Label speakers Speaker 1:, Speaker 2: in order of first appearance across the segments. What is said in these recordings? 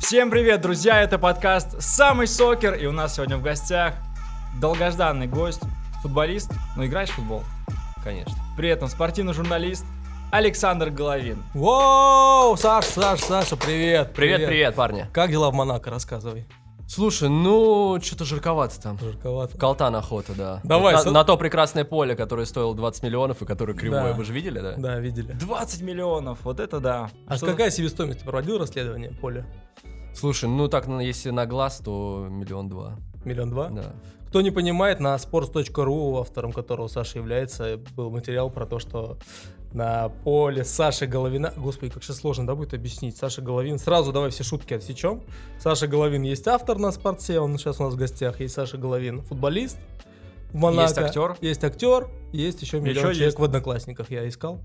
Speaker 1: Всем привет, друзья! Это подкаст «Самый сокер» и у нас сегодня в гостях долгожданный гость, футболист, ну играешь в футбол,
Speaker 2: Конечно.
Speaker 1: при этом спортивный журналист Александр Головин.
Speaker 3: Воу, Саш, Саш, Саша, привет.
Speaker 2: Привет, привет, парни.
Speaker 3: Как дела в Монако, рассказывай.
Speaker 2: Слушай, ну, что-то жарковато там.
Speaker 3: Жарковато.
Speaker 2: Калтан охота, да.
Speaker 3: Давай,
Speaker 2: На,
Speaker 3: со-
Speaker 2: на то прекрасное поле, которое стоило 20 миллионов и которое кривое.
Speaker 3: Да.
Speaker 2: Вы же видели, да?
Speaker 3: Да, видели.
Speaker 1: 20 миллионов, вот это да.
Speaker 3: А
Speaker 1: Что-
Speaker 3: какая себестоимость? Ты проводил расследование поля?
Speaker 2: Слушай, ну так, ну, если на глаз, то миллион два.
Speaker 3: Миллион два?
Speaker 2: Да.
Speaker 3: Кто не понимает, на sports.ru, автором которого Саша является, был материал про то, что на поле Саши Головина... Господи, как сейчас сложно, да, будет объяснить. Саша Головин... Сразу давай все шутки отсечем. Саша Головин есть автор на спорте, он сейчас у нас в гостях. Есть Саша Головин, футболист в Монако.
Speaker 1: Есть актер.
Speaker 3: Есть актер, есть еще миллион
Speaker 1: Еще
Speaker 3: человек
Speaker 1: есть.
Speaker 3: в Одноклассниках. Я искал,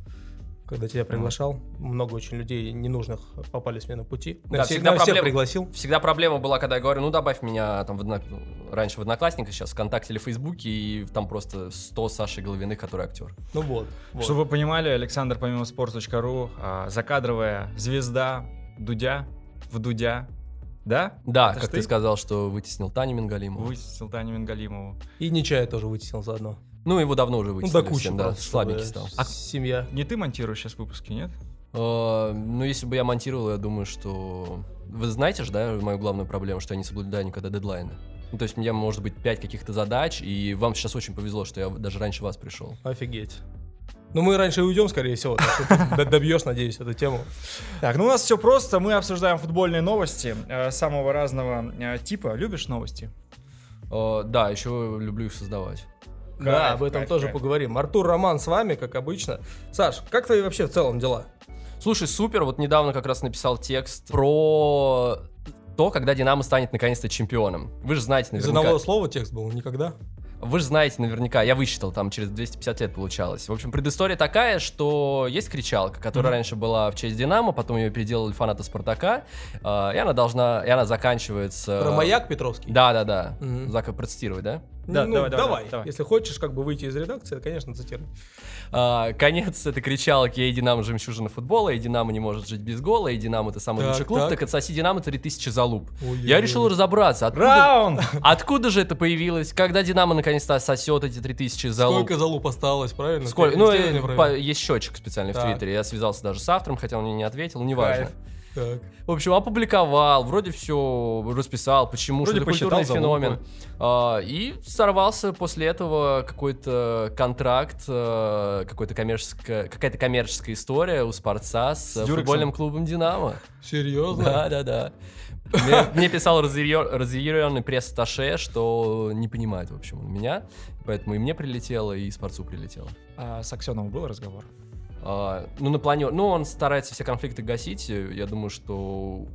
Speaker 3: когда тебя приглашал. Много очень людей ненужных попались мне на пути.
Speaker 2: Да,
Speaker 3: Я всех-
Speaker 2: всегда
Speaker 3: я всех
Speaker 2: проблема.
Speaker 3: пригласил.
Speaker 2: Всегда проблема была, когда я говорю, ну добавь меня там в одно- раньше в Одноклассниках, сейчас ВКонтакте или Фейсбуке, и там просто 100 Саши Головиных, который актер.
Speaker 3: Ну вот. вот.
Speaker 1: Чтобы вы понимали, Александр помимо sports.ru, а, закадровая звезда Дудя в Дудя, да?
Speaker 2: Да,
Speaker 1: Это ж
Speaker 2: как ты?
Speaker 1: ты?
Speaker 2: сказал, что вытеснил Таню Мингалимову.
Speaker 1: Высел Таню Мингалимову.
Speaker 3: И Нечая тоже вытеснил заодно.
Speaker 2: Ну, его давно уже вытеснили.
Speaker 3: Ну, до кучи,
Speaker 2: всем, да,
Speaker 3: просто, А
Speaker 2: слабенький стал.
Speaker 3: чтобы с- Семья.
Speaker 1: Не ты монтируешь сейчас выпуски, нет?
Speaker 2: Э, Ну, если бы я монтировал, я думаю, что... Вы знаете же, да, мою главную проблему, что я не соблюдаю никогда дедлайны. Ну, то есть у меня может быть пять каких-то задач, и вам сейчас очень повезло, что я даже раньше вас пришел.
Speaker 3: Офигеть. Ну, мы раньше и уйдем, скорее всего, так что ты добьешь, надеюсь, эту тему.
Speaker 1: Так, ну у нас все просто, мы обсуждаем футбольные новости э, самого разного э, типа. Любишь новости?
Speaker 2: Э, Да, еще люблю их создавать.
Speaker 1: Кайф,
Speaker 3: да, об этом
Speaker 1: кайф,
Speaker 3: тоже
Speaker 1: кайф.
Speaker 3: поговорим. Артур Роман с вами, как обычно. Саш, как твои вообще в целом дела?
Speaker 2: Слушай, супер, вот недавно как раз написал текст про то, когда Динамо станет наконец-то чемпионом. Вы же знаете
Speaker 3: Из
Speaker 2: наверняка.
Speaker 3: одного слова текст был никогда.
Speaker 2: Вы же знаете наверняка, я высчитал, там через 250 лет получалось. В общем, предыстория такая, что есть кричалка, которая раньше была в честь Динамо, потом ее переделали фанаты Спартака, э, и она должна, и она заканчивается...
Speaker 3: Про маяк Петровский.
Speaker 2: Да-да-да.
Speaker 3: Мгм.
Speaker 2: Зака, процитировать, да?
Speaker 1: Да,
Speaker 3: ну,
Speaker 1: давай,
Speaker 3: давай,
Speaker 1: давай, давай.
Speaker 3: Если хочешь, как бы выйти из редакции, конечно, цитируй.
Speaker 2: А, конец этой кричалки «Эй, Динамо, жемчужина футбола», «Эй, Динамо не может жить без гола», «Эй, Динамо, ты самый
Speaker 3: Так,
Speaker 2: лучший клуб»,
Speaker 3: так.
Speaker 2: так отсоси Динамо 3000 залуп. Я
Speaker 3: Ой-ой-ой.
Speaker 2: решил разобраться, откуда,
Speaker 1: Раунд!
Speaker 2: откуда же это появилось, когда Динамо наконец-то сосет эти 3000 залуп.
Speaker 3: Сколько залуп осталось, правильно?
Speaker 2: Сколько?
Speaker 3: Ты
Speaker 2: Ну,
Speaker 3: исследование
Speaker 2: э,
Speaker 3: провел?
Speaker 2: по- есть счетчик специальный в
Speaker 3: Так.
Speaker 2: Твиттере. Я связался даже с автором, хотя он мне не ответил, неважно.
Speaker 1: Кайф.
Speaker 3: Так.
Speaker 2: В общем, опубликовал, вроде все расписал, почему,
Speaker 1: Вроде
Speaker 2: что это
Speaker 1: посчитал
Speaker 2: культурный
Speaker 1: залупы.
Speaker 2: феномен. А, и сорвался после этого какой-то контракт, э, какой-то коммерческая, какая-то коммерческая история у Спорца с, э,
Speaker 1: Дюрексом.
Speaker 2: футбольным клубом Динамо.
Speaker 3: Серьезно?
Speaker 2: Да, да, да. Мне, мне писал разъяренный пресс-таше, что не понимает, в общем, он меня. Поэтому и мне прилетело, и Спорцу прилетело.
Speaker 1: А с Аксеновым был разговор?
Speaker 2: А, ну, на плане... Ну, он старается все конфликты гасить. Я думаю, что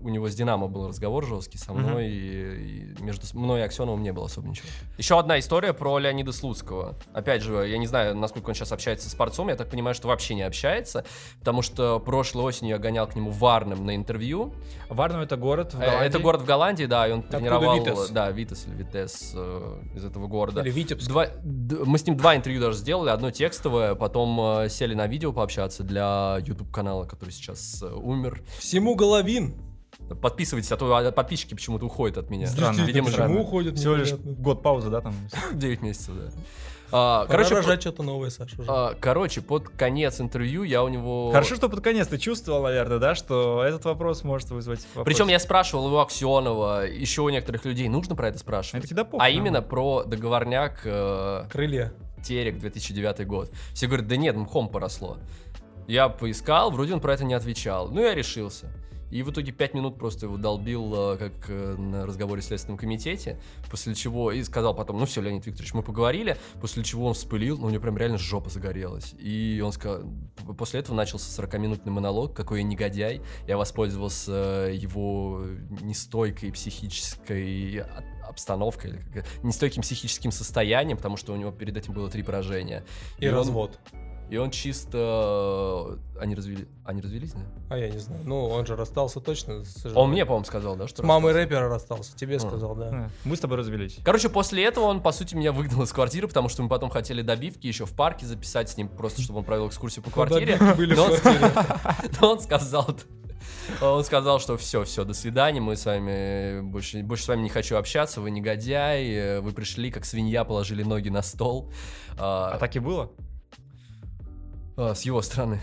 Speaker 2: у него с Динамо был разговор жесткий со мной, и, и между с- мной и Аксеновым не было особо ничего. Еще одна история про Леонида Слуцкого. Опять же, я не знаю, насколько он сейчас общается с Спорцом, я так понимаю, что вообще не общается, потому что прошлой осенью я гонял к нему варным на интервью.
Speaker 1: Варну это город в
Speaker 2: Э,
Speaker 1: Голландии.
Speaker 2: Это город в Голландии, да, и он тренировал...
Speaker 3: Витес?
Speaker 2: Да, Витас или Витес э, из этого города.
Speaker 3: Или Витебск.
Speaker 2: Два- д- мы с ним два интервью даже сделали, одно текстовое, потом э, сели на видео пообщаться для YouTube канала, который сейчас э, умер.
Speaker 3: Всему Головин.
Speaker 2: Подписывайтесь, а то а, подписчики почему-то уходят от меня.
Speaker 1: Странно,
Speaker 2: Странно, видимо,
Speaker 1: странно.
Speaker 3: Почему уходит?
Speaker 1: Всего лишь
Speaker 3: непонятно.
Speaker 1: год паузы, да, там?
Speaker 2: 9 месяцев, да. А,
Speaker 3: Пора
Speaker 2: короче,
Speaker 3: рожать что-то новое, Саша. уже.
Speaker 2: по- а, короче, под конец интервью я у него.
Speaker 1: Хорошо, что под конец ты чувствовал, наверное, да, что этот вопрос может вызвать вопрос.
Speaker 2: Причем я спрашивал его Аксенова, еще у некоторых людей нужно про это спрашивать.
Speaker 1: Это всегда похуй,
Speaker 2: а
Speaker 1: ну.
Speaker 2: именно про договорняк э,
Speaker 3: Крылья.
Speaker 2: Терек 2009 год. Все говорят, да нет, мхом поросло. Я поискал, вроде он про это не отвечал. Ну, я решился. И в итоге пять минут просто его долбил, э, как э, на разговоре в Следственном комитете, после чего и сказал потом, ну все, Леонид Викторович, мы поговорили, после чего он вспылил, но у него прям реально жопа загорелась. И он сказал, п- после этого начался 40-минутный монолог, какой я негодяй, я воспользовался э, его нестойкой психической а- обстановкой, или как это, нестойким психическим состоянием, потому что у него перед этим было три поражения.
Speaker 3: И,
Speaker 2: он-
Speaker 3: развод.
Speaker 2: и он чисто... Они, развели... Они развелись, да?
Speaker 3: А я не знаю. Ну, он же расстался точно. с женой.
Speaker 2: Он мне, по-моему, сказал, да?
Speaker 3: С
Speaker 2: Что
Speaker 3: мамой рэпера расстался. Тебе
Speaker 2: А.
Speaker 3: сказал, да.
Speaker 1: Да. Мы с тобой развелись.
Speaker 2: Короче, после этого он, по сути, меня выгнал из квартиры, потому что мы потом хотели добивки еще в парке
Speaker 3: Ну
Speaker 2: записать с ним, просто чтобы он провел экскурсию по
Speaker 3: Когда
Speaker 2: квартире.
Speaker 3: битки были в
Speaker 2: Но он-
Speaker 3: квартире.
Speaker 2: Но он сказал, Он сказал, что все, все, до свидания, мы с вами больше, больше с вами не хочу общаться, вы негодяй, э, вы пришли, как свинья, положили ноги на стол. А,
Speaker 1: А так и было?
Speaker 2: а, с его стороны.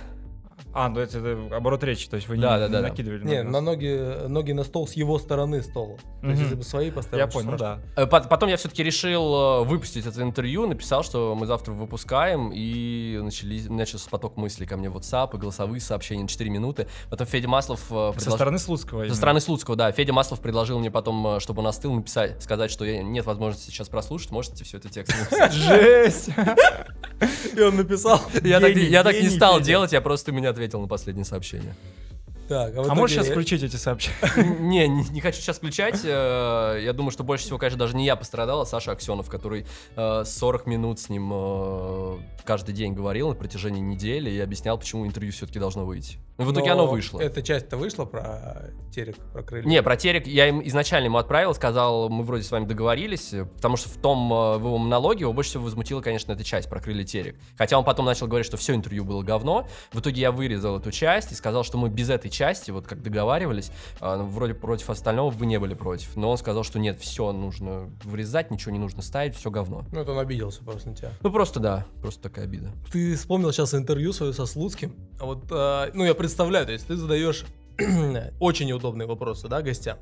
Speaker 1: А, ну это, это оборот речи, то есть вы не-
Speaker 2: Да,
Speaker 1: не
Speaker 2: да,
Speaker 1: ну,
Speaker 2: да, да.
Speaker 1: накидывали.
Speaker 3: Не,
Speaker 1: нас.
Speaker 3: на ноги, ноги на стол с его стороны стола. То есть,
Speaker 1: Мгм.
Speaker 3: если бы свои поставили,
Speaker 1: Я
Speaker 3: ничего
Speaker 1: понял,
Speaker 3: страшного.
Speaker 1: да.
Speaker 2: Э, пот- Потом я все-таки решил э, выпустить это интервью, написал, что мы завтра выпускаем, и начались- начался поток мыслей ко мне в WhatsApp, и голосовые сообщения на 4 минуты. Потом Федя Маслов э,
Speaker 1: Со
Speaker 2: предложил-
Speaker 1: стороны Слуцкого. именно.
Speaker 2: Со стороны Слуцкого, да. Федя Маслов предложил мне потом, э, чтобы он остыл, написать, сказать, что я- нет возможности сейчас прослушать, можете все это текстом написать.
Speaker 1: Жесть!
Speaker 3: И он написал.
Speaker 2: Я так не-
Speaker 1: Гений,
Speaker 2: я так не
Speaker 1: гений
Speaker 2: стал
Speaker 1: Федя.
Speaker 2: делать, я просто ты мне ответил на последнее сообщение.
Speaker 3: Так, в
Speaker 1: А
Speaker 3: итоге
Speaker 1: можешь сейчас
Speaker 3: я-
Speaker 1: включить эти сообщения?
Speaker 2: Не, не, не хочу сейчас включать. э, Я думаю, что больше всего, конечно, даже не я пострадал, а Саша Аксенов, который э, 40 минут с ним э, каждый день говорил на протяжении недели и объяснял, почему интервью все-таки должно выйти. Ну, в итоге
Speaker 3: Но
Speaker 2: оно вышло.
Speaker 3: Эта часть-то вышла про терек, про крылья.
Speaker 2: Не, про Терек я им изначально ему отправил, сказал, мы вроде с вами договорились, э, потому что в том э, в его монологе его больше всего возмутила, конечно, эта часть про крылья Терек. Хотя он потом начал говорить, что все интервью было говно. В итоге я вырезал эту часть и сказал, что мы без этой части, вот как договаривались, э, ну, вроде против остального вы не были против. Но он сказал, что нет, все нужно вырезать, ничего не нужно ставить, все говно.
Speaker 3: Ну, это он обиделся просто на тебя.
Speaker 2: Ну просто да, просто такая обида.
Speaker 3: Ты вспомнил сейчас интервью свое со Слуцким. А Вот, а, ну, я представляю, то есть ты задаешь очень неудобные вопросы, да, гостям,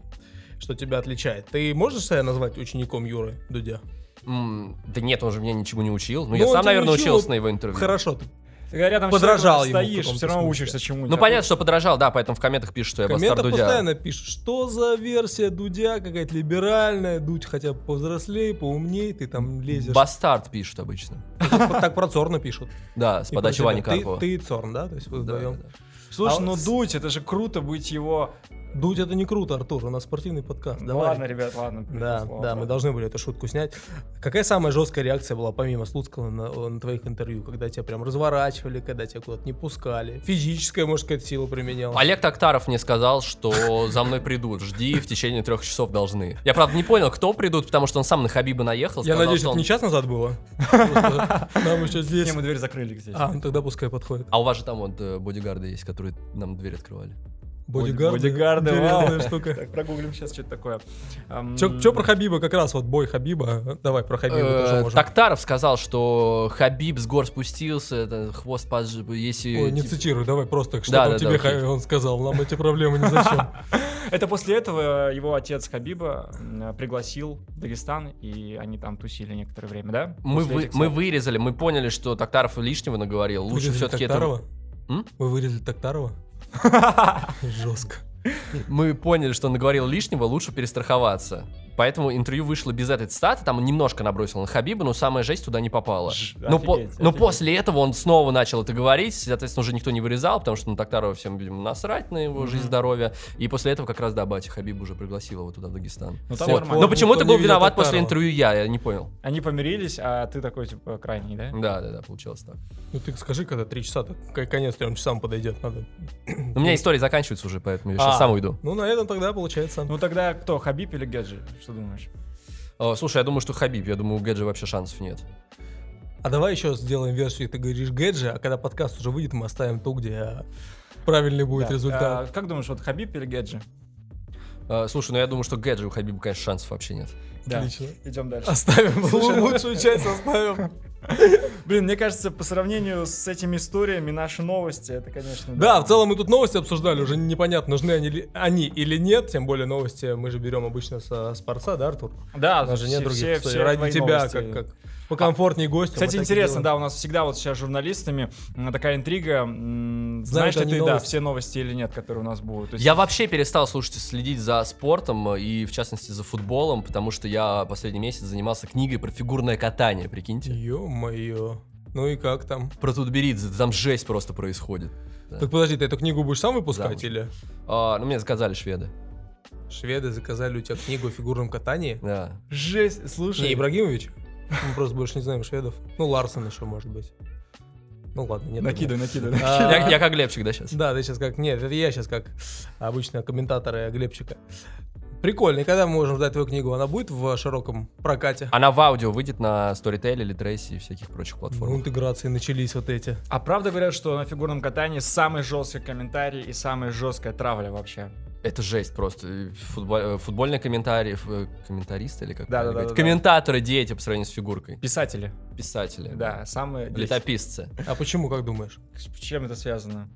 Speaker 3: что тебя отличает. Ты можешь себя назвать учеником Юры Дудя?
Speaker 2: М, да нет, он же меня ничему не учил. Ну,
Speaker 3: Ну,
Speaker 2: я
Speaker 3: он
Speaker 2: сам,
Speaker 3: тебя не
Speaker 2: наверное,
Speaker 3: учил,
Speaker 2: учился
Speaker 3: он-
Speaker 2: на его интервью.
Speaker 3: Хорошо, ты
Speaker 1: Ты говоря, там
Speaker 3: Подражал
Speaker 1: человеку
Speaker 3: ему в
Speaker 1: стоишь,
Speaker 3: каком-то
Speaker 1: все равно
Speaker 3: смысле.
Speaker 1: учишься чему-то.
Speaker 2: Ну понятно, что подражал, да, поэтому в комментах пишут, что я бастард
Speaker 3: комменты
Speaker 2: Дудя.
Speaker 3: постоянно пишут, что за версия Дудя, какая-то либеральная, Дудь хотя бы повзрослее, поумней, ты там лезешь.
Speaker 2: Бастард пишут обычно.
Speaker 3: Так так про Цорна пишут.
Speaker 2: Да, с
Speaker 3: И
Speaker 2: подачи
Speaker 3: про
Speaker 2: Вани
Speaker 3: тебя.
Speaker 2: Карпова.
Speaker 3: Ты- Ты и Цорн, да? То есть вы
Speaker 2: Да,
Speaker 3: вдвоем.
Speaker 2: да, да.
Speaker 1: Слушай,
Speaker 3: А
Speaker 1: ну
Speaker 3: с-
Speaker 1: дуть, это же круто быть его...
Speaker 3: Дудь это не круто, Артур, у нас спортивный подкаст.
Speaker 1: Ну
Speaker 3: давай.
Speaker 1: ладно, ребят, ладно.
Speaker 3: Да,
Speaker 1: перешло.
Speaker 3: да, мы должны были эту шутку снять. Какая самая жесткая реакция была, помимо Слуцкого, на, на твоих интервью? Когда тебя прям разворачивали, когда тебя куда-то не пускали? Физическая, может, какая-то сила применяла?
Speaker 2: Олег Токтаров мне сказал, что за мной придут. Жди, в течение трех часов должны. Я, правда, не понял, кто придут, потому что он сам на Хабиба наехал.
Speaker 3: Я
Speaker 2: сказал,
Speaker 3: надеюсь,
Speaker 2: что
Speaker 3: это
Speaker 2: он-
Speaker 3: не час назад было? Просто Нам еще
Speaker 1: Не,
Speaker 3: здесь...
Speaker 1: мы дверь закрыли здесь.
Speaker 3: А, ну тогда пускай подходит.
Speaker 2: А у вас же там вот э, бодигарды есть, которые нам дверь открывали.
Speaker 3: Бодигарды.
Speaker 1: Бодигарды,
Speaker 3: Интересная
Speaker 1: вау.
Speaker 3: штука.
Speaker 1: Так, прогуглим сейчас что-то такое. Ам,
Speaker 3: Че про Хабиба? Как раз вот бой Хабиба. Давай, про Хабиба тоже
Speaker 2: Э,
Speaker 3: можем.
Speaker 2: Токтаров сказал, что Хабиб с гор спустился, это хвост поджи- если...
Speaker 3: Ой, не
Speaker 2: типа-
Speaker 3: цитируй, давай просто, что
Speaker 2: Да,
Speaker 3: там
Speaker 2: да, да,
Speaker 3: тебе
Speaker 2: окей.
Speaker 3: Ха- он сказал, нам эти проблемы не зачем.
Speaker 1: Это после этого его отец Хабиба м, пригласил в Дагестан, и они там тусили некоторое время, да?
Speaker 2: Мы,
Speaker 1: После
Speaker 2: вы-
Speaker 1: этих
Speaker 2: мы
Speaker 1: слов.
Speaker 2: вырезали, мы поняли, что Токтаров лишнего наговорил. Лучше
Speaker 3: Вырезали
Speaker 2: все-таки это...
Speaker 3: Токтарова?
Speaker 2: М?
Speaker 3: Вы вырезали Токтарова? Жестко.
Speaker 2: мы поняли, что наговорил лишнего, лучше перестраховаться. Поэтому интервью вышло без этой цитаты, там он немножко набросил на Хабиба, но самая жесть туда не попала.
Speaker 1: Ж-
Speaker 2: но, по-
Speaker 1: офигеть,
Speaker 2: но
Speaker 1: офигеть.
Speaker 2: после этого он снова начал это говорить, соответственно, уже никто не вырезал, потому что на Токтарова всем, видимо, насрать на его жизнь,
Speaker 1: Мгм.
Speaker 2: здоровье. И после этого как раз, да, батя Хабиб уже пригласил его туда, в Дагестан.
Speaker 1: Ну, там
Speaker 2: Вот.
Speaker 1: нормально.
Speaker 2: Но почему
Speaker 3: Никто
Speaker 2: ты
Speaker 3: не
Speaker 2: был
Speaker 3: видел
Speaker 2: виноват после
Speaker 3: Токтарова.
Speaker 2: интервью я, я не понял.
Speaker 1: Они помирились, а ты такой, типа, крайний, да?
Speaker 2: Да, да, да, получилось так.
Speaker 3: Ну ты скажи, когда три часа, так к- конец трем часам подойдет, надо.
Speaker 2: Но у меня история заканчивается уже, поэтому я
Speaker 3: А.
Speaker 2: сейчас сам уйду.
Speaker 3: Ну на этом тогда получается.
Speaker 1: Ну тогда кто, Хабиб или Геджи? Что думаешь?
Speaker 2: Э, слушай, я думаю, что Хабиб, я думаю, у Геджи вообще шансов нет.
Speaker 3: А давай еще сделаем версию, ты говоришь Гэджи, а когда подкаст уже выйдет, мы оставим ту, где а, правильный будет
Speaker 1: Да.
Speaker 3: результат.
Speaker 1: А, Как думаешь, вот Хабиб или Геджи?
Speaker 2: Э, слушай, ну я думаю, что Геджи у Хабиба, конечно, шансов вообще нет.
Speaker 3: Отлично. А
Speaker 1: Идем дальше.
Speaker 3: Оставим
Speaker 1: Слушай, ну-
Speaker 3: лучшую часть, оставим.
Speaker 1: Блин, мне кажется, по сравнению с этими историями, наши новости, это, конечно...
Speaker 3: Да, в целом мы тут новости обсуждали, уже непонятно, нужны они, ли- они или нет, тем более новости мы же берем обычно со Спорца, да, Артур?
Speaker 1: Да,
Speaker 3: У нас же
Speaker 1: А, все-
Speaker 3: нет других
Speaker 1: все-
Speaker 3: историй.
Speaker 1: все
Speaker 3: Ради
Speaker 1: твои
Speaker 3: тебя,
Speaker 1: новости. А,
Speaker 3: как, как покомфортнее гостю. мы
Speaker 1: Кстати,
Speaker 3: так и
Speaker 1: интересно,
Speaker 3: делаем.
Speaker 1: да, у нас всегда вот сейчас с журналистами м, такая интрига, м, знаешь
Speaker 3: Знают
Speaker 1: ли
Speaker 3: они
Speaker 1: ты, да,
Speaker 3: новости?
Speaker 1: все новости или нет, которые у нас будут. То есть-
Speaker 2: Я вообще перестал, слушайте, следить за спортом э, и, в частности, за футболом, потому что я последний месяц занимался книгой про фигурное катание, прикиньте.
Speaker 3: Ё-моё. Ну и как там?
Speaker 2: Про Тутберидзе, там жесть просто происходит. Да.
Speaker 3: Так подожди, ты эту книгу будешь сам выпускать
Speaker 2: Да.
Speaker 3: или?
Speaker 2: А, ну, мне заказали шведы.
Speaker 3: Шведы заказали у тебя книгу о фигурном катании.
Speaker 2: Да.
Speaker 1: Жесть, слушай.
Speaker 3: Не Ибрагимович. Мы просто больше не знаем шведов. Ну, Ларсон еще, может быть. Ну ладно, нет.
Speaker 1: накидывай, накидывай.
Speaker 3: нет. А,
Speaker 2: Я, я как Глебчик, да, сейчас?
Speaker 3: Да, ты сейчас как... Нет, это я сейчас как обычно комментаторы Глебчика. Прикольно. И когда мы можем ждать твою книгу? Она будет в широком прокате?
Speaker 2: Она в аудио выйдет на Storytel или Trace и всяких прочих
Speaker 3: Ну,
Speaker 2: платформах.
Speaker 3: интеграции начались вот эти.
Speaker 1: А правда говорят, что на фигурном катании самый жесткий комментарий и самая жесткая травля вообще?
Speaker 2: Это жесть просто. И футбо- э, Футбольные комментарии, ф- э, комментаристы или как
Speaker 1: Да, да, да,
Speaker 2: правильно говорить?
Speaker 1: да, да.
Speaker 2: Комментаторы, дети по сравнению с фигуркой.
Speaker 1: Писатели,
Speaker 2: Писатели.
Speaker 1: да, самые...
Speaker 2: Летописцы.
Speaker 3: А почему, как думаешь?
Speaker 1: С чем это связано?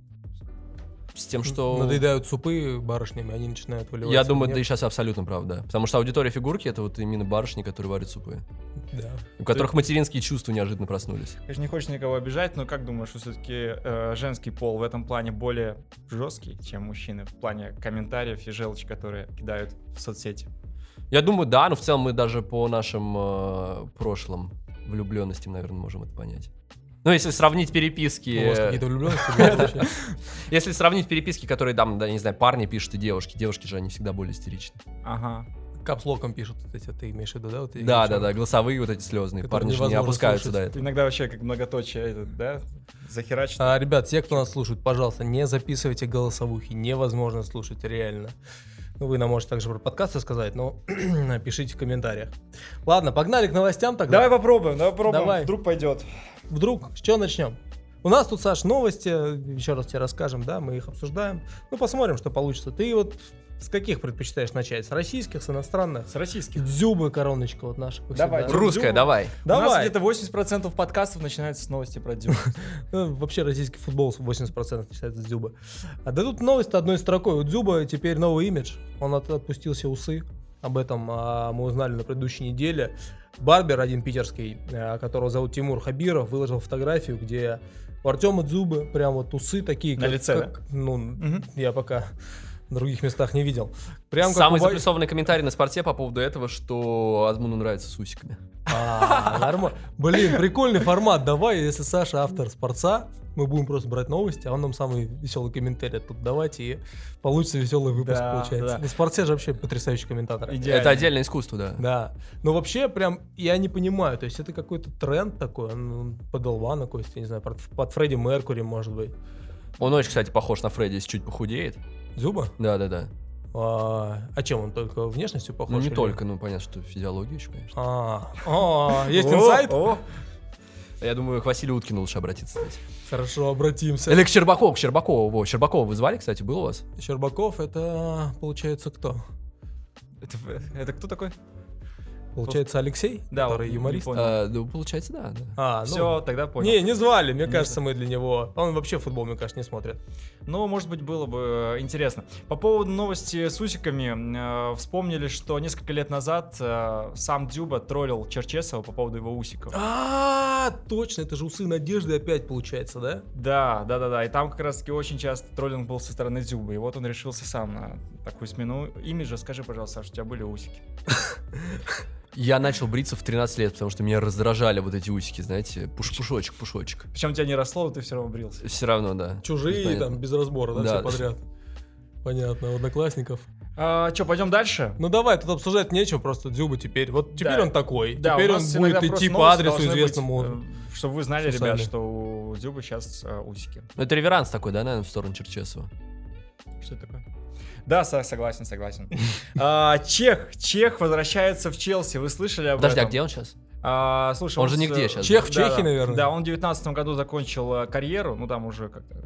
Speaker 2: С тем, что...
Speaker 3: Надоедают супы барышнями, они начинают выливаться.
Speaker 2: Я думаю,
Speaker 3: Нет?
Speaker 2: да и сейчас абсолютно правда. Потому что аудитория фигурки это вот именно барышни, которые варят супы.
Speaker 3: Да.
Speaker 2: У которых материнские чувства неожиданно проснулись.
Speaker 1: Конечно, не хочешь никого обижать, но как думаешь, что все-таки женский пол в этом плане более жесткий, чем мужчины в плане комментариев и желчь, которые кидают в соцсети?
Speaker 2: Я думаю, да, но в целом мы даже по нашим э, прошлым влюбленностям, наверное, можем это понять. Ну, если сравнить переписки...
Speaker 3: У вас
Speaker 2: э,
Speaker 3: какие-то влюбленности были вообще?
Speaker 2: Если сравнить переписки, которые там, да, не знаю, парни пишут и девушки. Девушки же, они всегда более истеричны.
Speaker 1: Ага.
Speaker 3: Капслоком пишут вот эти, ты имеешь в виду, да? вот эти
Speaker 2: Да, да,
Speaker 3: девчонки?
Speaker 2: да, голосовые вот эти слезные.
Speaker 3: Которые
Speaker 2: Парни же не
Speaker 3: невозможно
Speaker 2: опускаются до
Speaker 3: слушать.
Speaker 2: этого.
Speaker 1: Иногда вообще как многоточие, этот, да, захерачит.
Speaker 3: А, ребят, те, кто нас слушает, пожалуйста, не записывайте голосовухи. Невозможно слушать, реально. Ну, вы нам можете также про подкасты сказать, но пишите в комментариях. Ладно, погнали к новостям тогда.
Speaker 1: Давай попробуем, давай попробуем,
Speaker 3: Давай.
Speaker 1: вдруг пойдет.
Speaker 3: Вдруг, с чего начнем? У нас тут, Саш, новости, еще раз тебе расскажем, да, мы их обсуждаем. Ну, посмотрим, что получится. Ты вот с каких предпочитаешь начать? С российских, с иностранных?
Speaker 1: С российским.
Speaker 3: Дзюбы короночка вот наша. как
Speaker 1: Давай,
Speaker 3: всегда.
Speaker 1: Ру-
Speaker 2: Русская, давай.
Speaker 1: У нас
Speaker 3: Давай.
Speaker 1: где-то 80% подкастов начинается с новости про Дюну.
Speaker 3: Ну, вообще российский футбол 80% считается с Дзюба. А да тут новость одной строкой. У Дзюба теперь новый имидж. Он от- отпустил все усы. Об этом а, мы узнали на предыдущей неделе. Барбер, один питерский, а, которого зовут Тимур Хабиров, выложил фотографию, где у Артема Дзюбы прям вот усы такие.
Speaker 1: На лице,
Speaker 3: Ну,
Speaker 1: Мгм.
Speaker 3: я пока в других местах не видел. Прям как
Speaker 2: Самый
Speaker 3: у Ба-
Speaker 2: заплюсованный комментарий на спорте по поводу этого, что Азмуну нравится с усиками.
Speaker 3: А, нормально. Блин, прикольный формат. Давай, если Саша автор спорца, мы будем просто брать новости, а он нам самый веселый комментарий тут давать, и получится веселый выпуск,
Speaker 1: Да,
Speaker 3: получается.
Speaker 1: да.
Speaker 3: На спорте же вообще потрясающий комментатор.
Speaker 1: Идеально.
Speaker 2: Это отдельное искусство, да.
Speaker 3: Да. Но вообще, прям, я не понимаю, то есть это какой-то тренд такой, он, он под Элвана какой-то, я не знаю, под, под Фредди Меркури, может быть.
Speaker 2: Он очень, кстати, похож на Фредди, если чуть похудеет. Ну,
Speaker 3: Зуба?
Speaker 2: Да, да, да.
Speaker 3: А, а чем он только внешностью похож?
Speaker 2: Ну не
Speaker 3: или-
Speaker 2: только, ну понятно, что физиология еще, конечно.
Speaker 3: А, а, есть
Speaker 1: О,
Speaker 3: инсайт?
Speaker 1: о.
Speaker 2: Я думаю, к Василию Уткину лучше обратиться здесь.
Speaker 3: Хорошо, обратимся.
Speaker 2: Или к Щербакову, к Щербакову. Во, Щербакова вы звали, кстати, был у вас?
Speaker 3: Щербаков, это, получается, кто?
Speaker 1: Это, это кто такой?
Speaker 3: Получается, Алексей,
Speaker 1: Да,
Speaker 3: который
Speaker 1: вот, не
Speaker 3: юморист.
Speaker 1: понял.
Speaker 2: А, ну, получается, да, да.
Speaker 3: А, ну,
Speaker 1: Все, тогда понял. Ну,
Speaker 3: Не, не звали, мне кажется, мы для него. Он вообще футбол, мне кажется, не смотрит.
Speaker 1: Но, может быть, было бы э, интересно. По поводу новости с усиками. э, вспомнили, что несколько лет назад э, сам Дюба троллил Черчесова по поводу его усиков.
Speaker 3: А, точно, это же усы надежды опять получается, да?
Speaker 1: Да, да, да, да. И там как раз таки очень часто троллинг был со стороны Дюбы. И вот он решился сам на такую смену имиджа. Скажи, пожалуйста, Саш, у тебя были усики?
Speaker 2: Я начал бриться в 13 лет, потому что меня раздражали вот эти усики, знаете, пуш пушочек, пушочек.
Speaker 1: Причем тебя не росло, но ты все равно брился.
Speaker 2: Все равно, да.
Speaker 3: Чужие
Speaker 2: Понятно.
Speaker 3: там без разбора, да,
Speaker 2: Да.
Speaker 3: все подряд. Понятно, у одноклассников.
Speaker 1: А, Че, пойдем дальше?
Speaker 3: Ну давай, тут обсуждать нечего, просто Дзюба теперь. Вот теперь
Speaker 1: Да.
Speaker 3: он такой.
Speaker 1: Да,
Speaker 3: теперь
Speaker 1: у
Speaker 3: он
Speaker 1: нас иногда
Speaker 3: будет
Speaker 1: просто
Speaker 3: идти по
Speaker 1: новости
Speaker 3: адресу
Speaker 1: должны
Speaker 3: известному.
Speaker 1: быть, э, чтобы вы знали,
Speaker 3: Сусами.
Speaker 1: ребят, что у Дюбы сейчас усики.
Speaker 2: Ну, это реверанс такой, да, наверное, в сторону Черчесова.
Speaker 1: Что это такое? Да, Са- согласен, согласен. А, Чех, Чех возвращается в Челси. Вы слышали об
Speaker 2: Подожди, а
Speaker 1: этом?
Speaker 2: где он сейчас?
Speaker 1: А, слушай,
Speaker 2: Он же
Speaker 1: с-
Speaker 2: нигде щас.
Speaker 3: Чех в
Speaker 1: Да,
Speaker 3: Чехии,
Speaker 1: да.
Speaker 3: наверное.
Speaker 1: Да, он в 19 году закончил э, карьеру, ну там уже как-то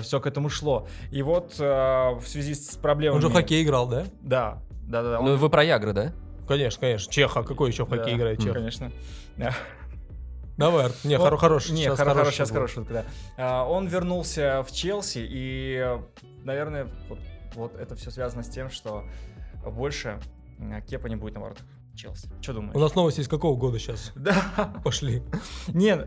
Speaker 1: все к этому шло. И вот э, в связи с проблемами...
Speaker 3: Он же в хоккей играл, да?
Speaker 1: Да, да, да. да, он-
Speaker 2: Ну, вы про Ягры, да?
Speaker 3: Конечно, конечно. Чех, а какой еще в хоккей
Speaker 1: да,
Speaker 3: играет
Speaker 1: ну,
Speaker 3: Чех?
Speaker 1: Конечно.
Speaker 3: Давай, Арт, не,
Speaker 1: Он-
Speaker 3: хоро- хороший.
Speaker 1: Не,
Speaker 3: сейчас
Speaker 1: хоро- хорош,
Speaker 3: хороший
Speaker 1: сейчас
Speaker 3: был.
Speaker 1: хороший. шутка, да. А, Он вернулся в Челси, и, э, наверное, вот, вот это все связано с тем, что больше э, Кепа не будет на воротах Челси. Что думаешь?
Speaker 3: У нас новости из какого года сейчас?
Speaker 1: Да.
Speaker 3: Пошли.
Speaker 1: Нет,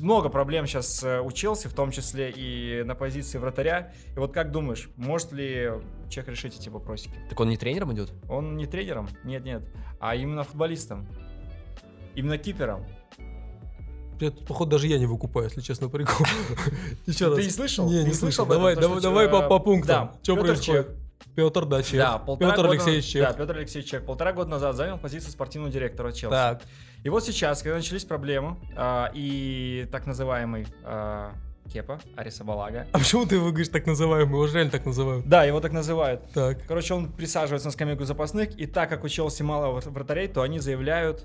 Speaker 1: много проблем сейчас у Челси, в том числе и на позиции вратаря. И вот как думаешь, может ли Чех решить эти вопросики?
Speaker 2: Так он не тренером идет?
Speaker 1: Он не тренером? Нет, нет. А именно футболистом. Именно кипером.
Speaker 3: Я тут, походу, даже я не выкупаю, если честно, прикол. Еще
Speaker 1: Ты не слышал?
Speaker 3: Не, не слышал. Давай,
Speaker 1: об этом, то,
Speaker 3: давай,
Speaker 1: что
Speaker 3: давай
Speaker 1: вчера-
Speaker 3: по, по пунктам.
Speaker 1: Да,
Speaker 3: Что
Speaker 1: Пётр
Speaker 3: происходит?
Speaker 1: Чех.
Speaker 3: Петр, да, Чех.
Speaker 1: Да, полтора
Speaker 3: Петр
Speaker 1: года-
Speaker 3: Алексеевич Чех.
Speaker 1: Да, Петр Алексеевич Чех полтора года назад занял позицию спортивного директора Челси.
Speaker 3: Так,
Speaker 1: И вот сейчас, когда начались проблемы а, и так называемый а, Кепа Ариса Балага.
Speaker 3: А почему ты его говоришь так называемый? Его же реально так называют.
Speaker 1: Да, его так называют.
Speaker 3: Так.
Speaker 1: Короче, он присаживается на скамейку запасных, и так как у Челси мало вра- вратарей, то они заявляют...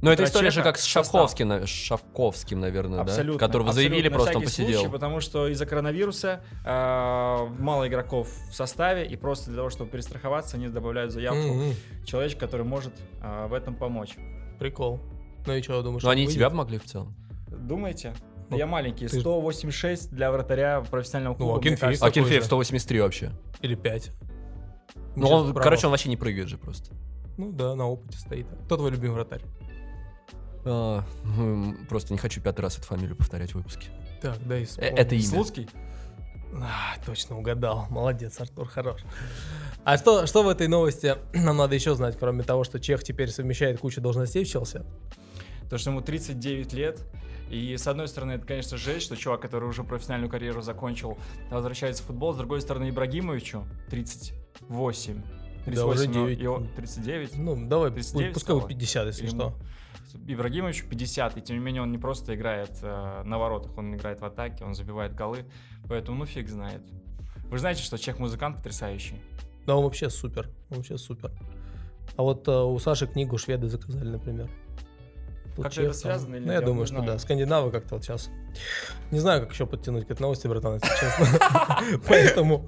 Speaker 2: Но Ну, это история же
Speaker 1: Трачеха
Speaker 2: как с
Speaker 1: в состав.
Speaker 2: Шавковским, нав- с Шавковским, наверное,
Speaker 1: Абсолютно.
Speaker 2: Ну да? Которого
Speaker 1: абсолютно
Speaker 2: заявили,
Speaker 1: на
Speaker 2: просто он
Speaker 1: всякий
Speaker 2: посидел.
Speaker 1: случай, потому что из-за коронавируса а, мало игроков в составе, и просто для того, чтобы перестраховаться, они добавляют заявку
Speaker 3: М-м,
Speaker 1: человечка, который может а, в этом помочь.
Speaker 3: Прикол. Ну и что, думаешь?
Speaker 2: Но они и
Speaker 3: выйдет?
Speaker 2: тебя помогли в целом.
Speaker 1: Думаете?
Speaker 3: Ну,
Speaker 1: Я маленький,
Speaker 3: ты ж-
Speaker 1: 186 для вратаря профессионального клуба. мне
Speaker 3: Акинфеев
Speaker 1: кажется.
Speaker 2: А
Speaker 3: такой
Speaker 2: Кирфеев
Speaker 3: же.
Speaker 2: 183 вообще.
Speaker 3: Или пять.
Speaker 2: Ну,
Speaker 3: Чё
Speaker 2: он,
Speaker 3: справа?
Speaker 2: короче, он вообще не прыгает же просто.
Speaker 3: Ну да, на опыте стоит. Кто твой любимый вратарь?
Speaker 2: А, м, просто не хочу пятый раз эту фамилию повторять в выпуске.
Speaker 3: Так, да и
Speaker 2: Э, это имя.
Speaker 1: Слуцкий?
Speaker 3: А, точно угадал. Молодец, Артур, хорош. А что, что в этой новости нам надо еще знать, кроме того, что Чех теперь совмещает кучу должностей в Челси?
Speaker 1: То, что ему 39 лет. И с одной стороны, это, конечно, жесть, что чувак, который уже профессиональную карьеру закончил, возвращается в футбол. С другой стороны, Ибрагимовичу 38. 38
Speaker 3: Да, уже
Speaker 1: но
Speaker 3: 9.
Speaker 1: его 39.
Speaker 3: Ну, давай,
Speaker 1: 39
Speaker 3: пу- пускай будет
Speaker 1: стало?
Speaker 3: 50, если
Speaker 1: Или
Speaker 3: что.
Speaker 1: Ибрагимовичу 50, и тем не менее он не просто играет э, на воротах, он играет в атаке, он забивает голы, поэтому ну фиг знает. Вы же знаете, что чех-музыкант потрясающий.
Speaker 3: Да, он вообще супер. Он вообще супер. А вот э, у Саши книгу шведы заказали, например. Тут
Speaker 1: Как-то
Speaker 3: чех
Speaker 1: это
Speaker 3: там.
Speaker 1: связано или
Speaker 3: Ну,
Speaker 1: нет,
Speaker 3: я
Speaker 1: я
Speaker 3: думаю,
Speaker 1: не
Speaker 3: что
Speaker 1: знаю.
Speaker 3: да. Скандинавы как-то вот сейчас. Не знаю, как еще подтянуть к этой новости, братан, если честно. Поэтому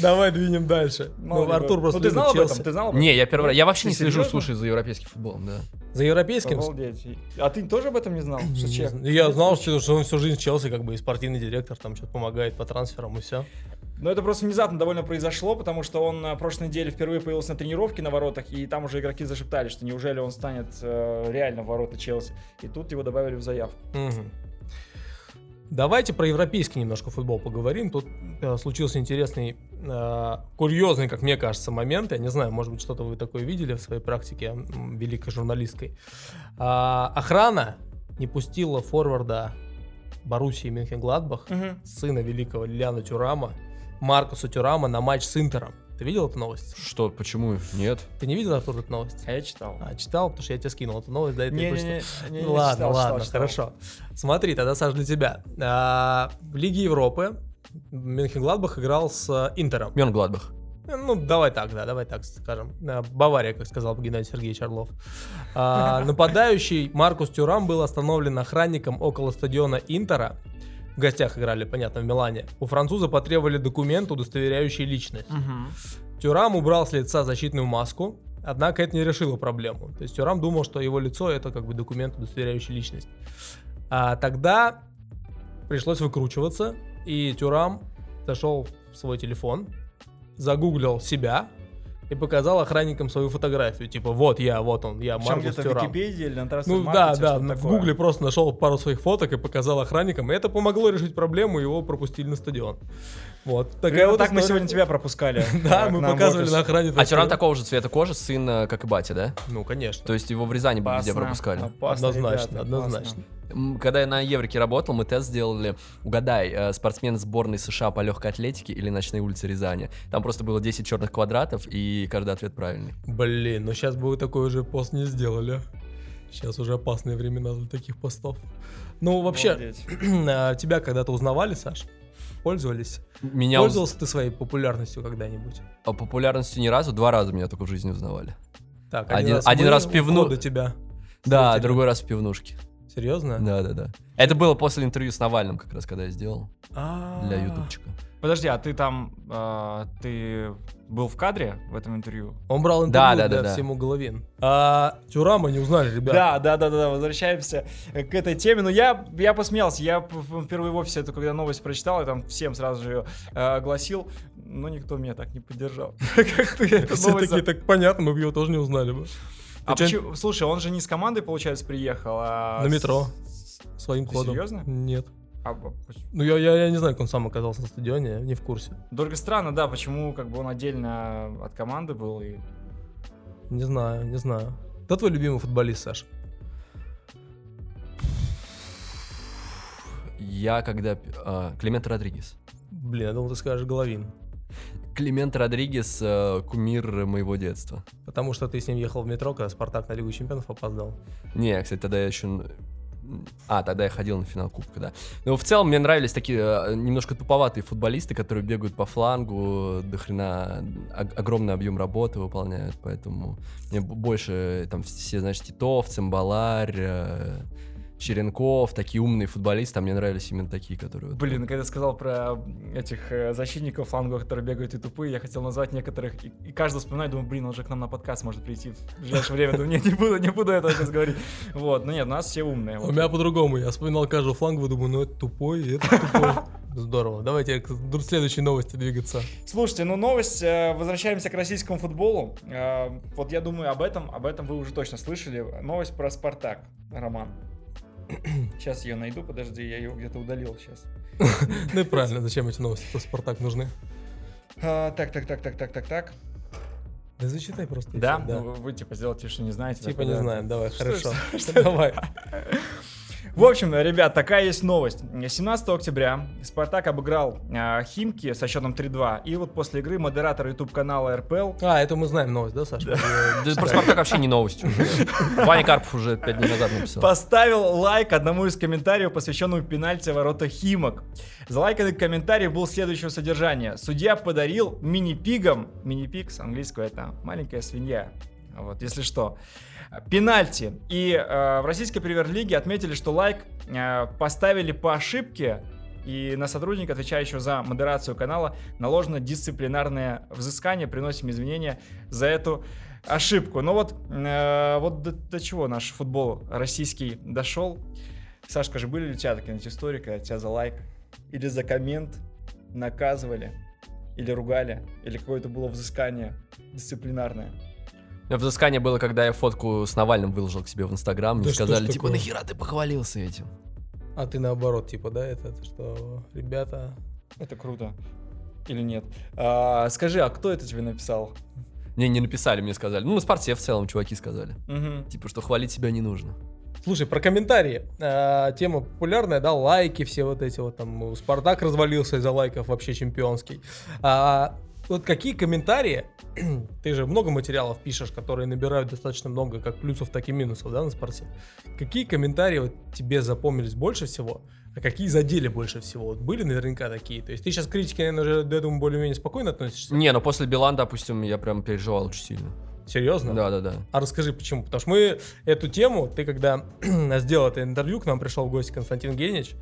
Speaker 3: давай двинем дальше. Ну, Артур просто
Speaker 1: ты знал
Speaker 3: любит
Speaker 1: об этом?
Speaker 3: Челси.
Speaker 1: Ты знал об этом?
Speaker 2: Не, я первый раз. Я вообще
Speaker 1: Ты
Speaker 2: не слежу,
Speaker 1: серьезно?
Speaker 2: слушай, за европейским футболом, да.
Speaker 3: За европейским?
Speaker 1: Обалдеть. А ты тоже об этом не знал? Что
Speaker 3: Не
Speaker 1: чех?
Speaker 3: знаю. Я знал, что, что он всю жизнь в Челси, как бы и спортивный директор, там что-то помогает по трансферам и все.
Speaker 1: Но это просто внезапно довольно произошло, потому что он на прошлой неделе впервые появился на тренировке на воротах, и там уже игроки зашептали, что неужели он станет э, реально в ворота Челси. И тут его добавили в заявку.
Speaker 3: Давайте про европейский немножко футбол поговорим. Тут э, случился интересный, э, курьезный, как мне кажется, момент. Я не знаю, может быть, что-то вы такое видели в своей практике м, великой журналистской. А, охрана не пустила форварда Боруссии Мюнхен-Гладбах, сына великого Лиляна Тюрама, Маркуса Тюрама на матч с Интером. Ты видел эту новость?
Speaker 2: Что, почему? Нет.
Speaker 3: Ты не видел, Артур, эту новость?
Speaker 1: А я читал.
Speaker 3: А, читал, потому что я тебе скинул эту новость, да, и ты
Speaker 1: Не-не-не,
Speaker 3: прочитал.
Speaker 1: не- не
Speaker 3: Ну ладно,
Speaker 1: читал, читал,
Speaker 3: ладно,
Speaker 1: читал.
Speaker 3: хорошо. Смотри, тогда, Саш, для тебя. А, в Лиге Европы Мюнхен-Гладбах играл с э, Интером.
Speaker 2: Мён Гладбах.
Speaker 3: Ну, давай так, да, давай так скажем. Э, Бавария, как сказал бы Геннадий Сергеевич Орлов. А, нападающий Маркус Тюрам был остановлен охранником около стадиона Интера. В гостях играли, понятно, в Милане. У француза потребовали документ, удостоверяющий личность. Тюрам убрал с лица защитную маску, однако это не решило проблему. То есть Тюрам думал, что его лицо это как бы документ, удостоверяющий личность. А тогда пришлось выкручиваться, и Тюрам зашел в свой телефон, загуглил себя и показал охранникам свою фотографию. Типа, вот я, вот он, я
Speaker 1: Причем
Speaker 3: Маркус
Speaker 1: где-то в
Speaker 3: Тюрам.
Speaker 1: Википедии или на Трансфер
Speaker 3: Ну да, да, в Гугле просто нашел пару своих фоток и показал охранникам. И это помогло решить проблему, его пропустили на стадион. Вот. такая вот
Speaker 1: так мы
Speaker 3: история.
Speaker 1: сегодня тебя пропускали.
Speaker 3: Да,
Speaker 1: э,
Speaker 3: мы
Speaker 1: к нам в
Speaker 3: показывали
Speaker 1: офис.
Speaker 3: на охране.
Speaker 2: А Тюран
Speaker 3: Тюрам
Speaker 2: такого же цвета кожи, сын, э, как и батя, да?
Speaker 3: Ну, конечно.
Speaker 2: То есть его в Рязани бы везде
Speaker 1: Опасно,
Speaker 2: пропускали.
Speaker 1: опасно,
Speaker 3: Однозначно,
Speaker 1: ребята,
Speaker 3: однозначно.
Speaker 1: опасно.
Speaker 2: М, Когда я на Еврике работал, мы тест сделали. Угадай, э, спортсмен сборной США по легкой атлетике или ночной улице Рязани. Там просто было 10 черных квадратов, и каждый ответ правильный.
Speaker 3: Блин, ну сейчас бы вы такой уже пост не сделали. Сейчас уже опасные времена для таких постов. Ну, вообще,
Speaker 1: Обалдеть.
Speaker 3: а, тебя когда-то узнавали, Саш? Пользовались?
Speaker 2: Меня уз-
Speaker 3: Пользовался ты своей популярностью когда-нибудь?
Speaker 2: а популярностью ни разу, два раза меня только в жизни узнавали.
Speaker 3: Так,
Speaker 2: Один- один
Speaker 3: мы
Speaker 2: раз
Speaker 3: у
Speaker 2: пивну-
Speaker 3: входа тебя.
Speaker 2: Да,
Speaker 3: Смотрели.
Speaker 2: другой раз в пивнушке.
Speaker 3: Серьезно?
Speaker 2: Да, да, да. Это было после интервью с Навальным, как раз когда я сделал для
Speaker 1: А.
Speaker 2: ютубчика.
Speaker 1: Подожди, а ты там,
Speaker 3: э,
Speaker 1: а, ты был в кадре в этом интервью?
Speaker 3: Он брал
Speaker 2: Да,
Speaker 3: интервью
Speaker 2: да,
Speaker 3: для
Speaker 2: да, да.
Speaker 3: всему головин. А Тюрама не узнали, ребят.
Speaker 1: Да, да, да, да, да, возвращаемся э, к этой теме. Но я, я посмеялся, я п- п- впервые в офисе эту, когда новость прочитал, я там всем сразу же ее э, огласил, но никто меня так не поддержал. Как ты эту
Speaker 3: Все
Speaker 1: новость за-
Speaker 3: такие, так понятно, мы бы его тоже не узнали бы.
Speaker 1: А
Speaker 3: чё-
Speaker 1: почему- Слушай, он же не с командой, получается, приехал, а...
Speaker 3: На
Speaker 1: с-
Speaker 3: метро.
Speaker 1: с-
Speaker 3: Своим
Speaker 1: Ты
Speaker 3: ходом.
Speaker 1: серьезно?
Speaker 3: Нет.
Speaker 1: а, а, поч-
Speaker 3: Ну, я, я, я не знаю, как он сам оказался на стадионе, я не в курсе.
Speaker 1: Только странно, да, почему как бы он отдельно от команды был и...
Speaker 3: Не знаю, не знаю. Кто твой любимый футболист, Саш?
Speaker 2: Я когда... пи- а, Климент Родригес.
Speaker 3: Блин, я думал, ты скажешь Головин.
Speaker 2: Климент Родригес э, кумир моего детства.
Speaker 3: Потому что ты с ним ехал в метро, когда Спартак на Лигу Чемпионов опоздал.
Speaker 2: Не, кстати, тогда я еще... н- А, тогда я ходил на финал Кубка, да. Но в целом мне нравились такие э, немножко туповатые футболисты, которые бегают по флангу, до хрена ог- огромный объем работы выполняют, поэтому мне б- больше э, там все, знаешь, Титов, Цимбаларь, э, Черенков, такие умные футболисты, а мне нравились именно такие, которые... вот-
Speaker 1: Блин, когда ты сказал про этих э, защитников флангов, которые бегают и тупые, я хотел назвать некоторых, и, и каждый вспоминает, думаю, блин, он же к нам на подкаст может прийти в ближайшее время, думаю, нет, не буду, не буду этого сейчас говорить. Вот, ну нет, нас все умные.
Speaker 3: У
Speaker 1: вот.
Speaker 3: меня по-другому. Я вспоминал каждую фланговую, думаю, ну это тупой, и это тупой. Здорово. Давайте к д- следующей новости двигаться.
Speaker 1: Слушайте, ну новость, э, возвращаемся к российскому футболу. Э, Вот я думаю об этом, об этом вы уже точно слышали. Новость про Спартак, Роман. Сейчас ее найду, подожди, я ее где-то удалил сейчас.
Speaker 3: Ну и правильно, зачем эти новости про Спартак нужны?
Speaker 1: А, Так, так, так, так, так, так, так.
Speaker 3: Да зачитай просто. и
Speaker 1: Да?
Speaker 3: всё,
Speaker 1: Ну, вы, вы, типа сделайте, что не знаете.
Speaker 3: Типа
Speaker 1: такой,
Speaker 3: не
Speaker 1: да.
Speaker 3: знаем, давай,
Speaker 1: Что-
Speaker 3: хорошо.
Speaker 1: что-
Speaker 3: Давай.
Speaker 1: В общем, ребят, такая есть новость. 17 октября Спартак обыграл э, Химки со счетом 3-2. И вот после игры модератор YouTube канала РПЛ
Speaker 3: А, это мы знаем новость, да, Саша?
Speaker 2: Да, про Спартак вообще не новость уже. Ваня Карпов уже пять дней назад написал.
Speaker 1: поставил лайк одному из комментариев, посвященному пенальти ворота Химок. Залайканный комментарий был следующего содержания. Судья подарил мини-пигам, мини-пиг с английского это маленькая свинья, вот, если что. Пенальти. И э, в российской премьер-лиге отметили, что лайк э, поставили по ошибке, и на сотрудника, отвечающего за модерацию канала, наложено дисциплинарное взыскание. Приносим извинения за эту ошибку. Но вот, э, вот до, до чего наш футбол российский дошел. Сашка, же были ли у тебя такие нибудь истории, когда тебя за лайк или за коммент наказывали, или ругали, или какое-то было взыскание дисциплинарное?
Speaker 2: У меня Взыскание было, когда я фотку с Навальным выложил к себе в Инстаграм. Мне
Speaker 3: Да что ж
Speaker 2: сказали, типа,
Speaker 3: такое?
Speaker 2: нахера ты похвалился этим?
Speaker 3: А ты наоборот, типа, да, это это что, ребята,
Speaker 1: Это круто. Или нет? А, скажи, а кто это тебе написал?
Speaker 2: Мне не написали, мне сказали. Ну, на спорте в целом чуваки сказали.
Speaker 1: Мгм.
Speaker 2: Типа, что хвалить себя не нужно.
Speaker 3: Слушай, про комментарии. А, тема популярная, да, лайки все вот эти вот там. ну, Спартак развалился из-за лайков, вообще чемпионский. А, вот какие комментарии, ты же много материалов пишешь, которые набирают достаточно много как плюсов, так и минусов, да, на спорте. Какие комментарии вот тебе запомнились больше всего, а какие задели больше всего? Вот были наверняка такие. То есть ты сейчас к критике, наверное, уже, я думаю, более-менее спокойно относишься.
Speaker 2: Не, ну после Билан, допустим, я прям переживал очень сильно.
Speaker 3: Серьезно?
Speaker 2: Да, да, да.
Speaker 3: А расскажи почему. Потому что мы эту тему, ты когда сделал это интервью, к нам пришел в гости Константин Генич,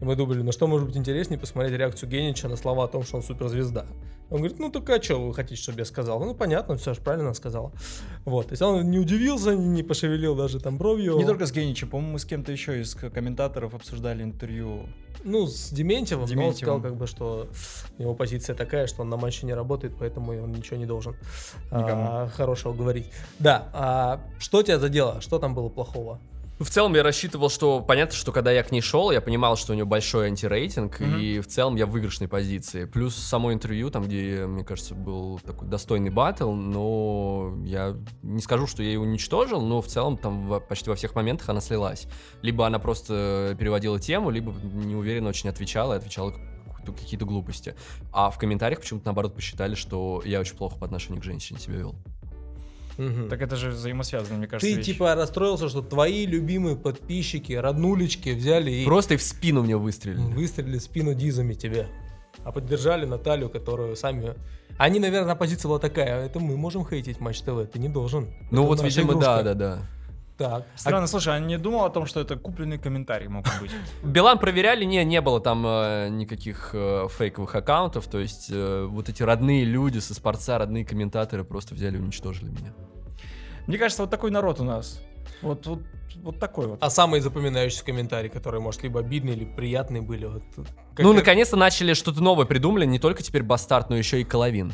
Speaker 3: и мы думали, ну что может быть интереснее посмотреть реакцию Генича на слова о том, что он суперзвезда. Он говорит, ну только а что вы хотите, чтобы я сказал? Ну понятно, все же правильно она сказала. Вот, то есть он не удивился, не пошевелил даже там бровью.
Speaker 1: Не только с Геничем, по-моему, мы с кем-то еще из к- комментаторов обсуждали интервью.
Speaker 3: Ну, с Дементьевым, но он
Speaker 1: Дементьевым.
Speaker 3: сказал как бы, что его позиция такая, что он на матче не работает, поэтому и он ничего не должен а,
Speaker 1: Никому.
Speaker 3: хорошего говорить. Да, а что тебя задело? Что там было плохого?
Speaker 2: Ну, в целом я рассчитывал, что понятно, что когда я к ней шел, я понимал, что у нее большой антирейтинг,
Speaker 1: Мгм.
Speaker 2: и в целом я в выигрышной позиции. Плюс само интервью, там, где, мне кажется, был такой достойный баттл, но я не скажу, что я ее уничтожил, но в целом там во- почти во всех моментах она слилась. Либо она просто переводила тему, либо неуверенно очень отвечала и отвечала какую-то- какие-то глупости. А в комментариях почему-то наоборот посчитали, что я очень плохо по отношению к женщине себя вел.
Speaker 3: Мгм.
Speaker 1: Так это же взаимосвязано, мне кажется.
Speaker 3: Ты
Speaker 1: вещи.
Speaker 3: типа расстроился, что твои любимые подписчики, роднулечки взяли и
Speaker 2: Просто и в спину мне выстрелили.
Speaker 3: выстрелили в спину дизами тебе. А поддержали Наталью, которую сами... Они, наверное, позиция была такая, это мы можем хейтить Матч ТВ, ты не должен.
Speaker 2: Ну
Speaker 3: Это
Speaker 2: вот,
Speaker 3: наша
Speaker 2: видимо, да,
Speaker 3: игрушка».
Speaker 2: да, да.
Speaker 3: Так.
Speaker 1: Странно, слушай, а не думал о том, что это купленный комментарий мог быть?
Speaker 2: Билан проверяли, не, не было там э, никаких э, фейковых аккаунтов, то есть э, вот эти родные люди со спорца, родные комментаторы просто взяли и уничтожили меня.
Speaker 1: Мне кажется, вот такой народ у нас. Вот, вот, вот такой вот.
Speaker 3: А самые запоминающиеся комментарии, которые, может, либо обидные, либо приятные были. Вот, как
Speaker 2: ну,
Speaker 3: это-
Speaker 2: наконец-то начали что-то новое придумали, не только теперь Бастард, но еще и Коловин.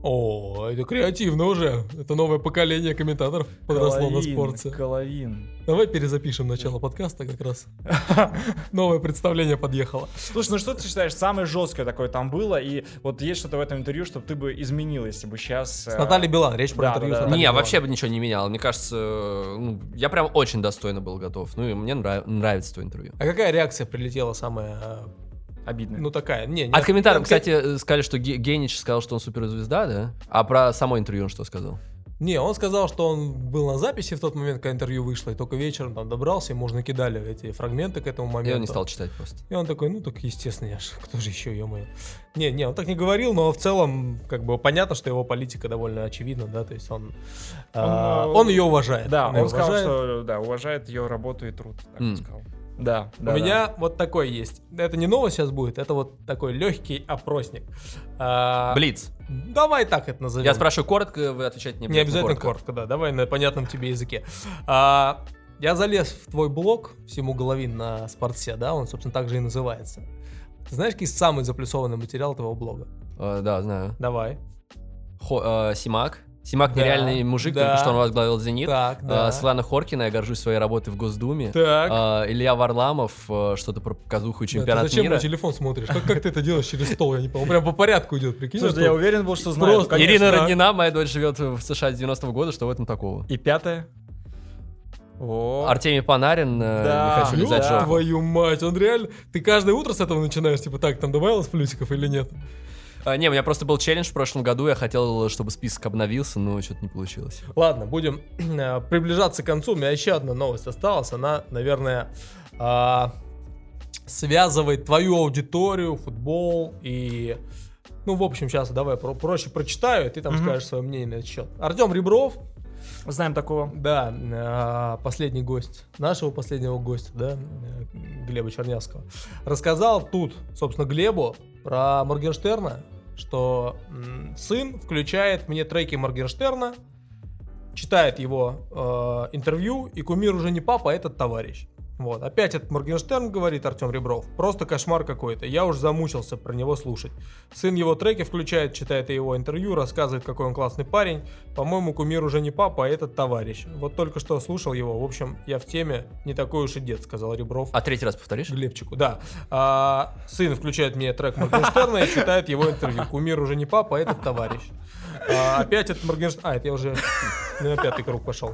Speaker 3: О, это креативно уже. Это новое поколение комментаторов подросло на
Speaker 1: Головин,
Speaker 3: спорте.
Speaker 1: Головин.
Speaker 3: Давай перезапишем начало подкаста как раз. Новое представление подъехало.
Speaker 1: Слушай, ну что ты считаешь, самое жесткое такое там было? И вот есть что-то в этом интервью, чтобы ты бы изменил, если бы сейчас...
Speaker 3: С Натальей Билан, речь
Speaker 1: Э, да,
Speaker 3: про интервью
Speaker 1: да,
Speaker 3: с
Speaker 1: да.
Speaker 3: Натальей
Speaker 2: не,
Speaker 3: Билан.
Speaker 2: вообще бы ничего не менял. Мне кажется, э, ну, я прям очень достойно был готов. Ну, и мне нрав- нравится то интервью.
Speaker 3: А какая реакция прилетела самая, э,
Speaker 1: Обидно.
Speaker 3: ну такая? Не, не
Speaker 2: От комментариев,
Speaker 3: от-
Speaker 2: кстати, э, сказали, что Ге- Генич сказал, что он суперзвезда, да? А про само интервью он что сказал?
Speaker 3: Не, он сказал, что он был на записи в тот момент, когда интервью вышло, и только вечером там добрался, и можно кидали эти фрагменты к этому моменту.
Speaker 2: Я его не стал читать просто.
Speaker 3: И он такой, ну так естественно, я ж, кто же еще, ё-моё. Не, не, он так не говорил, но в целом, как бы, понятно, что его политика довольно очевидна, да, то есть он, а,
Speaker 1: э,
Speaker 3: он ее уважает.
Speaker 1: Да,
Speaker 3: её
Speaker 1: он сказал,
Speaker 3: уважает.
Speaker 1: что да, уважает ее работу и труд. Так он
Speaker 2: М.
Speaker 1: сказал. Да,
Speaker 3: У
Speaker 1: да, да.
Speaker 3: меня вот такой есть. Это не новость сейчас будет, это вот такой легкий опросник. А,
Speaker 2: Блиц.
Speaker 3: Давай так это назовем.
Speaker 2: Я спрашиваю коротко, вы отвечаете мне
Speaker 3: Не обязательно коротко. да, давай на понятном тебе языке. А, я залез в твой блог, всему головин на спортсе, да, он, собственно, так же и называется. Ты знаешь, какой самый заплюсованный материал твоего блога?
Speaker 2: Э, да, знаю.
Speaker 3: Давай.
Speaker 2: Хо- э, Симак. Симак
Speaker 3: Да,
Speaker 2: нереальный мужик,
Speaker 3: да.
Speaker 2: только что он возглавил «Зенит».
Speaker 3: Так,
Speaker 2: Э,
Speaker 3: да.
Speaker 2: Светлана Хоркина, я горжусь своей работой в Госдуме.
Speaker 3: Так.
Speaker 2: Э, Илья Варламов, э, что-то про показуху и
Speaker 3: Да, ты
Speaker 2: чемпионат
Speaker 3: зачем
Speaker 2: мира.
Speaker 3: на телефон смотришь? Как, как ты это делаешь через стол? Я не понял. Прям по порядку идет, прикинь.
Speaker 1: Слушай, да
Speaker 3: вот
Speaker 1: я
Speaker 3: тут.
Speaker 1: уверен был, что знаю.
Speaker 3: Просто
Speaker 1: Конечно.
Speaker 2: Ирина Роднина, моя дочь, живет в США с 90-го года, что в этом такого?
Speaker 1: И пятое. О.
Speaker 2: Артемий Панарин, э,
Speaker 1: Да.
Speaker 2: не хочу
Speaker 1: Ну,
Speaker 2: лизать
Speaker 1: да.
Speaker 2: жопу.
Speaker 3: Твою мать, он реально... Ты каждое утро с этого начинаешь, типа, так, там добавилось плюсиков или нет?
Speaker 2: А, не, у меня просто был челлендж в прошлом году, я хотел, чтобы список обновился, но что-то не получилось.
Speaker 3: Ладно, будем э, приближаться к концу. У меня еще одна новость осталась. Она, наверное, а, связывает твою аудиторию, футбол и... Ну, в общем, сейчас давай про- проще прочитаю, и ты там
Speaker 1: Мгм.
Speaker 3: скажешь свое мнение на этот счет. Артем Ребров,
Speaker 1: Знаем такого.
Speaker 3: да, а, последний гость, нашего последнего гостя, да, э, Глеба Чернявского, рассказал тут, собственно, Глебу про Моргенштерна, что м, сын включает мне треки Моргенштерна, читает его э, интервью, и кумир уже не папа, а этот товарищ. Вот, опять этот Моргенштерн говорит Артем Ребров. Просто кошмар какой-то. Я уж замучился про него слушать. Сын его треки включает, читает его интервью, рассказывает, какой он классный парень. По-моему, кумир уже не папа, а этот товарищ. Вот только что слушал его. В общем, я в теме не такой уж и дед, сказал Ребров.
Speaker 2: А третий раз повторишь?
Speaker 3: Глебчику, да. А, сын включает мне трек Моргенштерна и читает его интервью. Кумир уже не папа, а этот товарищ. А, опять этот Моргенштерн... А, это я уже на пятый круг пошел.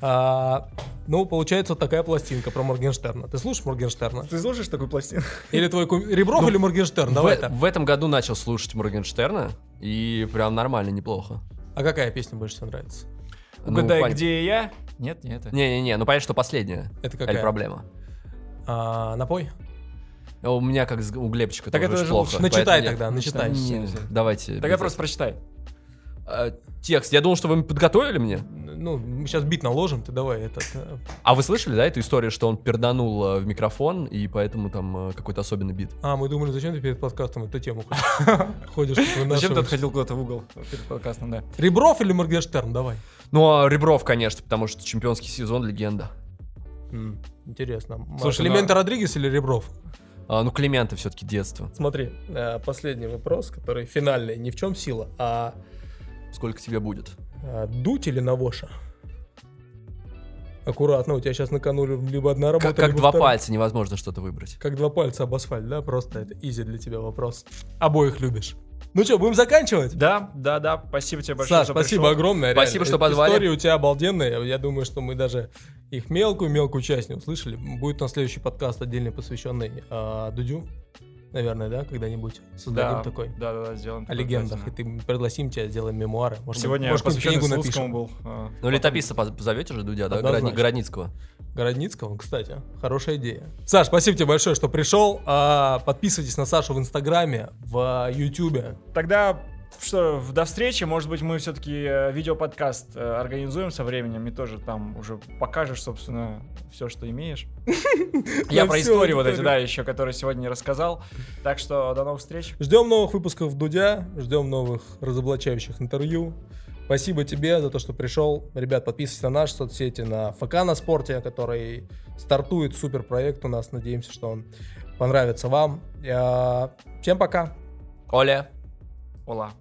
Speaker 3: А, ну, получается, вот такая пластинка про Моргенштерна. Ты слушаешь Моргенштерна?
Speaker 1: Ты слушаешь такую пластину?
Speaker 3: Или твой кум... Ребров или Моргенштерн? ну Давай
Speaker 2: в,
Speaker 3: так.
Speaker 2: в этом году начал слушать Моргенштерна, и прям нормально, неплохо.
Speaker 3: А какая песня больше всего нравится?
Speaker 2: Ну,
Speaker 1: Угадай,
Speaker 2: пон-
Speaker 1: где я? Нет, не это.
Speaker 2: Не-не-не, ну понятно, что последняя.
Speaker 3: Это
Speaker 2: Или
Speaker 3: какая?
Speaker 2: проблема.
Speaker 3: А, напой?
Speaker 2: А У меня как с- у Глебчика
Speaker 1: Так
Speaker 2: тоже
Speaker 1: это
Speaker 2: очень
Speaker 1: же
Speaker 2: плохо.
Speaker 1: лучше.
Speaker 2: поэтому
Speaker 3: Начитай
Speaker 2: я-
Speaker 3: тогда, начитай.
Speaker 1: Начинаешь.
Speaker 2: Не,
Speaker 1: Всё, всё.
Speaker 2: давайте.
Speaker 1: Тогда
Speaker 2: без
Speaker 1: просто прочитай.
Speaker 2: этого. А, Текст. Я думал, что вы подготовили мне.
Speaker 3: Ну, мы сейчас бит наложим, ты давай этот... э,
Speaker 2: А вы слышали, да, эту историю, что он перданул э, в микрофон, и поэтому там э, какой-то особенный бит?
Speaker 3: А, мы думали, зачем ты перед подкастом эту тему ходишь?
Speaker 1: Зачем ты
Speaker 3: Ходишь,
Speaker 1: отходил куда-то в угол перед подкастом, ну да?
Speaker 3: Ребров или Моргенштерн? Давай.
Speaker 2: Ну, а Ребров, конечно, потому что чемпионский сезон — легенда.
Speaker 3: Интересно.
Speaker 1: Слушай,
Speaker 3: Слушай, Клименто Родригес или Ребров?
Speaker 2: А, ну, Климента все-таки детство.
Speaker 3: Смотри, э, последний вопрос, который финальный. Не в чем сила, а
Speaker 2: Сколько тебе будет?
Speaker 3: э, дуть или навоша? Аккуратно, у тебя сейчас наканули либо одна работа,
Speaker 2: Как, как
Speaker 3: либо
Speaker 2: два
Speaker 3: вторая.
Speaker 2: пальца, невозможно что-то выбрать.
Speaker 3: Как два пальца об асфальт, да? Просто это изи для тебя вопрос. Обоих любишь. Ну что, будем заканчивать?
Speaker 1: Да, да, да. Спасибо тебе большое,
Speaker 3: Саш,
Speaker 1: что
Speaker 3: спасибо
Speaker 1: пришел.
Speaker 3: огромное.
Speaker 2: Спасибо, что
Speaker 3: Э,
Speaker 2: позвали.
Speaker 3: Истории у тебя обалденные. Я думаю, что мы даже их мелкую-мелкую часть не услышали. Будет на следующий подкаст отдельно посвященный э, Дудю, наверное, да, когда-нибудь создадим
Speaker 1: Да,
Speaker 3: такой
Speaker 1: Да, да, да, сделаем.
Speaker 3: о
Speaker 1: такое
Speaker 3: легендах. И
Speaker 1: обязательно.
Speaker 3: ты пригласим тебя, сделаем мемуары. Может,
Speaker 1: Сегодня
Speaker 3: может, какую-нибудь
Speaker 1: посвященный
Speaker 3: книгу
Speaker 1: Слуцкому
Speaker 3: напишем.
Speaker 1: был. а,
Speaker 2: Ну, летописца поз- позовете же Дудя, да?
Speaker 3: Однозначно.
Speaker 2: Городни- Городницкого.
Speaker 3: Городницкого, кстати, хорошая идея. Саш, спасибо тебе большое, что пришел. А, подписывайтесь на Сашу в Инстаграме, в Ютубе.
Speaker 1: Тогда что, в- до встречи, может быть, мы все-таки э, видеоподкаст э, организуем со временем, и тоже там уже покажешь, собственно, все, что имеешь. Я
Speaker 3: На
Speaker 1: про
Speaker 3: всю
Speaker 1: истории вот эти,
Speaker 3: аудиторию.
Speaker 1: да, еще, которые сегодня не рассказал. Так что до новых встреч.
Speaker 3: Ждем новых выпусков Дудя, ждем новых разоблачающих интервью. Спасибо тебе за то, что пришел. Ребят, подписывайтесь на наши соцсети, на ФК на спорте, который стартует супер проект у нас. Надеемся, что он понравится вам. Я- Всем пока.
Speaker 2: Оля,
Speaker 1: Ола.